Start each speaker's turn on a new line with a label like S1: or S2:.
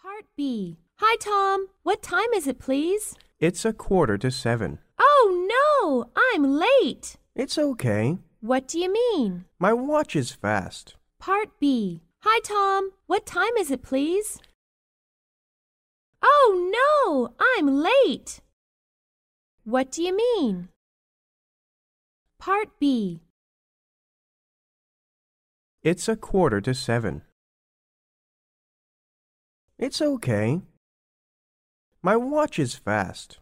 S1: part B. Hi, Tom. What time is it, please?
S2: It's a quarter to seven.
S1: Oh, no! I'm late!
S2: It's okay.
S1: What do you mean?
S2: My watch is fast.
S1: Part B. Hi, Tom. What time is it, please? Oh, no! I'm late! What do you mean? Part B.
S2: It's a quarter to seven. It's okay. My watch is fast.